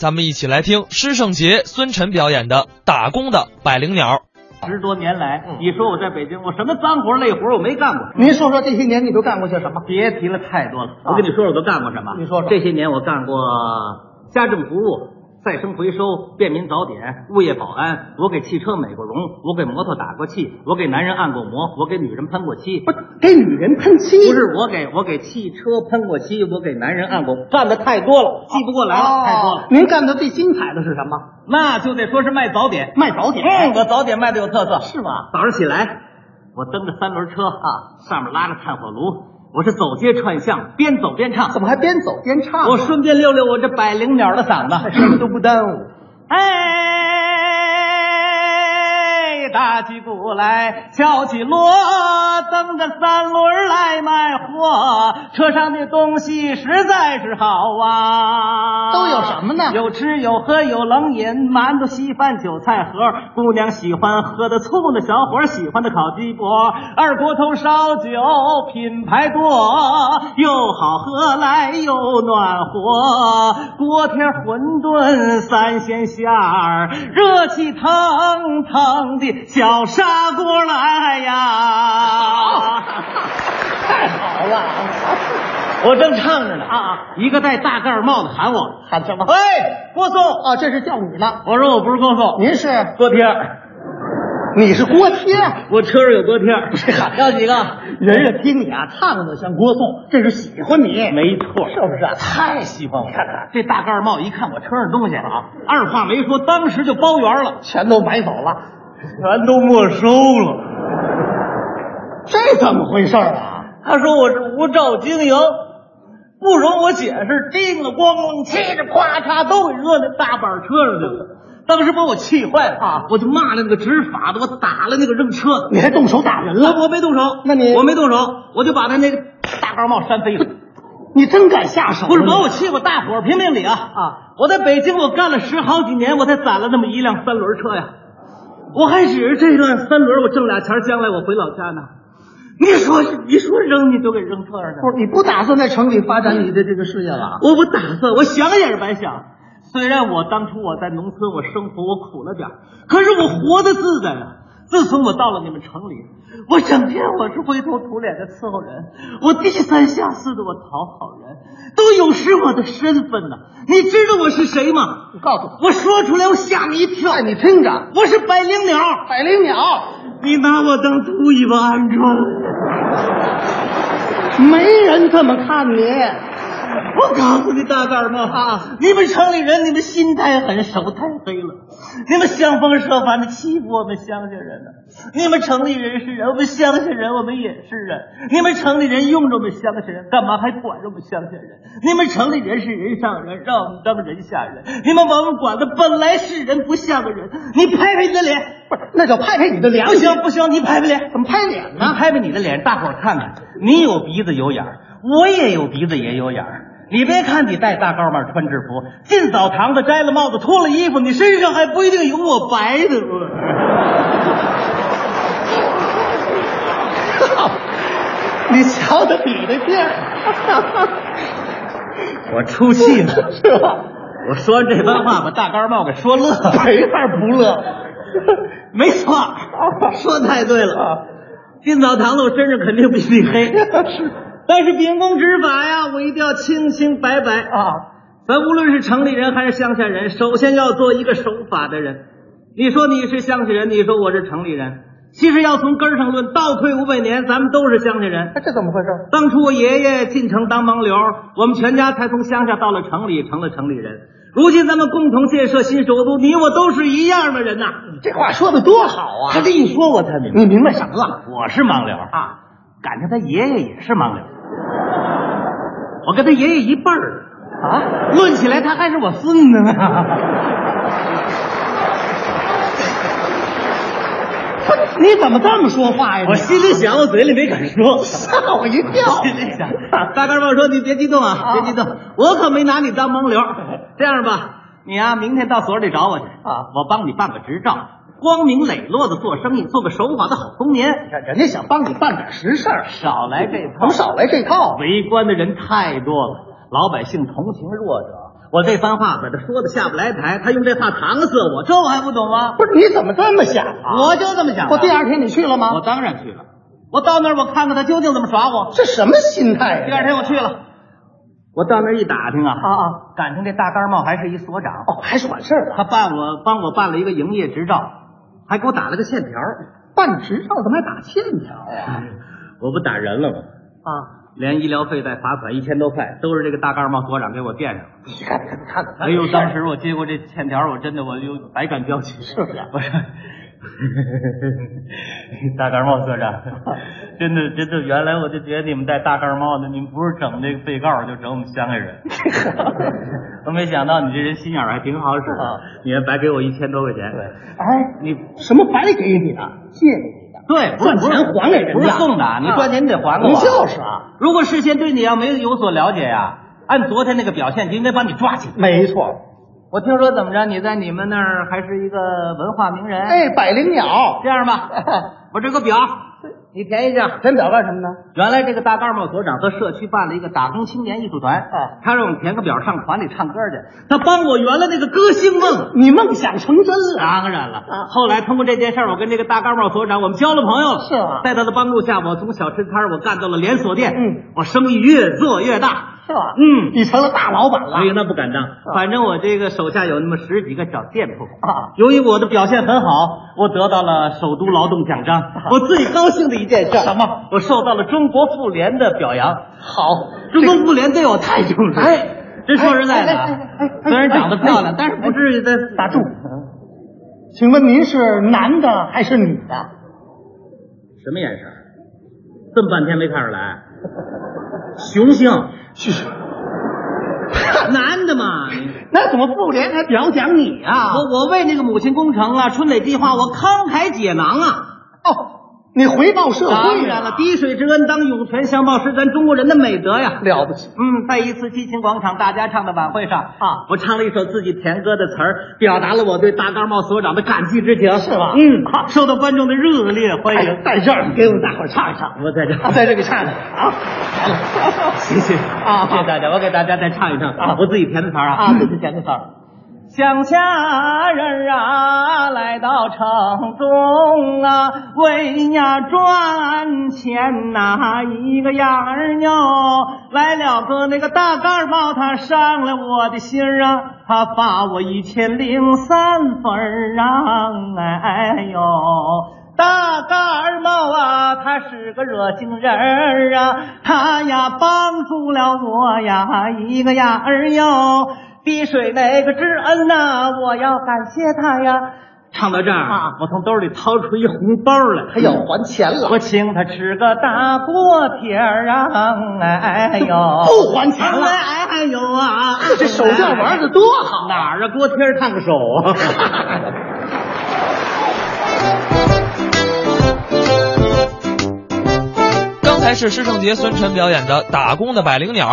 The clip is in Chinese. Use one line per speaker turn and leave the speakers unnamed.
咱们一起来听师胜杰、孙晨表演的《打工的百灵鸟》。
十多年来，你说我在北京，我什么脏活累活我没干过。
您说说这些年你都干过些什么？
别提了，太多了。我跟你说，我都干过什么？
你说说
这些年我干过家政服务、再生回收、便民早点、物业保安。我给汽车美过容，我给摩托打过气，我给男人按过摩，我给女人喷过漆。
不是给女人喷漆？
不是我给我给汽车喷过漆，我给男人按过，干的太多了，记不过来了，
哦
太多了。
您干的最精彩的是什么？
那就得说是卖早点，
卖哎早点
嗯，我早点卖的有特色，
是吗？
早上起来，我蹬着三轮车啊，上面拉着炭火炉，我是走街串巷，边走边唱
怎。么还边走边唱呢？
我顺便溜溜我这百灵鸟的嗓子，
什么都不耽误。嗯
哎，打起鼓来，敲起锣，蹬着三轮来卖货，车上的东西实在是好啊。
都有什么呢
有吃有喝有冷饮，馒头、稀饭、韭菜盒，姑娘喜欢喝的醋呢，小伙儿喜欢的烤鸡脖，二锅头烧酒品牌多，又好喝来又暖和，锅贴馄饨三鲜馅儿，热气腾腾的小砂锅来呀！
太好了，
我正唱着呢
啊，
一个戴大盖帽的喊我
喊什么？
喂，郭松！
哦，这是叫你呢。
我说我不是郭松，
您是
锅贴儿，
你是锅贴，
我车上有锅贴儿，要几个？
人家听你啊唱的像郭颂，这是喜欢你，
没错，
是不是啊？
太喜欢我了。
看看
这大盖帽，一看我车上东西啊，二话没说，当时就包圆了，
全都买走了，
全都没收了。
这怎么回事儿啊？
他说我是无照经营，不容我解释，叮了咣啷，嘁着咵嚓都给搁那大板车上去了。当时把我气坏了
啊
我就骂了那个执法的，我打了那个扔车的。
你还动手打人了？
我我没动手，
那你
我没动手，我就把他那个大高帽扇飞 了。
你真敢下手啊？
不是把我气我大伙儿评评理啊！
啊！
我在北京我干了十好几年，我才攒了那么一辆三轮车呀。我还指着这辆三轮，我挣俩钱儿，将来我回老家呢。你说是，你说扔你就给扔车上去
不
了。
是你不打算在城里发展你的这个事业了啊？
我不打算，我想也是白想。虽然我当初我在农村，我生活我苦了点儿，可是我活得自在啊。自从我到了你们城里，我整天我是灰头土脸的伺候人，我低三下四的我讨好人，都有失我的身份呢、你知道我是谁吗？
你告诉我，
我说出来，我吓你一跳。
哎，你听着，
我是百灵鸟，
百灵鸟
你拿我当秃尾巴鹌鹑。
没人这么看你，
我告诉你，大盖儿帽啊，你们城里人，你们心太狠，手太黑了，你们想方设法的欺负我们乡下人呢、你们城里人是人，我们乡下人我们也是人。你们城里人用着我们乡下人，干嘛还管着我们乡下人？你们城里人是人上人，让我们当人下人。你们把我们管的本来是人不像个人，你拍拍你的脸，
不是那叫拍拍你的良
不
心，
行不行，你拍拍脸。
怎么拍脸
你
呢？
拍拍你的脸，大伙儿看看，你有鼻子有眼儿，我也有鼻子也有眼儿。你别看你戴大高帽儿穿制服，进澡堂子摘了帽子脱了衣服，你身上还不一定有我白的。
你瞧得比的劲儿，
我出气了，
是吧？
我说完这番话把大高帽儿给说乐了。
没法不乐，
没错儿，说太对了。进澡堂子，我身上肯定比你黑，但是秉公执法呀，我一定要清清白白
啊！
咱无论是城里人还是乡下人，首先要做一个守法的人。你说你是乡下人，你说我是城里人，其实要从根儿上论，倒退五百年，咱们都是乡下人。
哎这怎么回事？
当初我爷爷进城当盲流，我们全家才从乡下到了城里，成了城里人。如今咱们共同建设新首都，你我都是一样的人呐、
这话说的多好啊！
这一说，我才明
你明白什么了？
我是盲流嗯啊，赶上他爷爷也是 盲流，我跟他爷爷一辈儿。
啊？
论起来，他还是我孙子呢。
不是你怎么这么说话呀？
我心里想，我嘴里没敢说。
吓我一跳。
心里想， 大干帽说：“你别激动啊，
啊
别激动，我可没拿你当 盲流。这样吧，你啊，明天到所里找我去
啊，
我帮你办个执照，光明磊落的做生意，做个守法的好青年，
人家想帮你办点实事儿，
少来这
怎
套
么。少来这套？啊
围观的人太多了，老百姓同情弱者，我这番话在这说的下不来台，他用这话搪塞我，这我还不懂吗？
不是，你怎么这么想啊？
我就这么想的。
我第二天你去了
我
吗？
当然去了，我到那儿我看看他究竟怎么耍我。
这什么心态呀？
第二天我去了，我到那儿一打听啊，
啊啊，
感情这大盖帽还是一所长，
哦，还是管事儿啊？
他办我帮我办了一个营业执照，还给我打了个欠条儿。
办执照怎么还打欠条啊？
我不打人了吗？
啊，
连医疗费带罚款一千多块，都是这个大盖帽所长给我垫上的。
你看看，你看看，
哎呦，当时我接过这欠条儿，我真的我就百感交集。
是啊不是
我说， 大盖帽所 长，真的真的，原来我就觉得你们戴大盖帽的，你们不是整这个被告，就整我们香港 人。我没想到你这人心眼儿还挺好使
啊，
你还白给我一千多块钱。对。
哎，
你
什么白给你的？借你的？
对，不是
赚钱还给人家
不是送的，你赚钱你得还给我。
啊就是啊，
如果事先对你要没有所了解呀、按昨天那个表现，就应该把你抓起来。
没错，
我听说怎么着，你在你们那儿还是一个文化名人。，
哎，百灵鸟，
这样 吧，我这个表你填一下。
填表干什么呢？
原来这个大盖帽所长和社区办了一个打工青年艺术团，
啊
他让我们填个表上团里唱歌去，他帮我圆了那个歌星梦。
你梦想成真了。
当然了，
啊
后来通过这件事儿，我跟这个大盖帽所长我们交了朋友了。
是啊吗
在他的帮助下，我从小吃摊儿我干到了连锁店，
嗯，
我生意越做越大，
是吧？
嗯
你成了大老板了。
所以那不敢当。反正我这个手下有那么十几个小店铺。
啊，
由于我的表现很好，我得到了首都劳动奖章。我最高兴的一件事，
什么？
我受到了中国妇联的表扬。
好，
中国妇联对我太重视了。
哎
这说实在的啊
哎哎哎哎哎，
虽然长得漂亮
哎，
但是不至于在
打住。
嗯
请问您是男的还是女的？
什么眼神？这么半天没看出来？雄性，
去，
男的嘛。你
那怎么妇联还表扬你啊？
我我为那个母亲工程啊、春蕾计划，我慷慨解囊啊。
哦，你回报社会啊
当然了，滴水之恩当涌泉相报是咱中国人的美德呀。
了不起。
嗯，在一次激情广场大家唱的晚会上
啊，
我唱了一首自己填歌的词儿，表达了我对大盖帽所长的感激之情，
是吧
嗯，
啊
受到观众的热烈欢
哎
迎。
呀，在这儿给我们大伙儿唱一唱，
我在这儿
啊在这给唱 唱啊。好了，
谢谢
啊
谢谢大家，我给大家再唱一唱
啊
我哦自己填的词儿啊
啊，这是前的事儿。
乡下人啊，来到城中啊，为呀赚钱呐、一个样儿哟。来了个那个大盖帽，他上了我的心儿啊，他罚我一千零三分儿啊，哎呦。大盖帽啊，他是个热情人儿啊，他呀帮助了我呀一个呀儿哟，滴水那个之恩呐、我要感谢他呀。唱到这儿
啊
我从兜里掏出一红包来，
他要哎还钱了，
我请他吃个大锅贴儿啊，哎 呦，
不还钱了
哎哎呦啊，哎
这手劲玩的多好啊！
哪儿啊？锅贴儿烫手啊！
刚才是师胜杰、孙晨表演的《打工的百灵鸟》，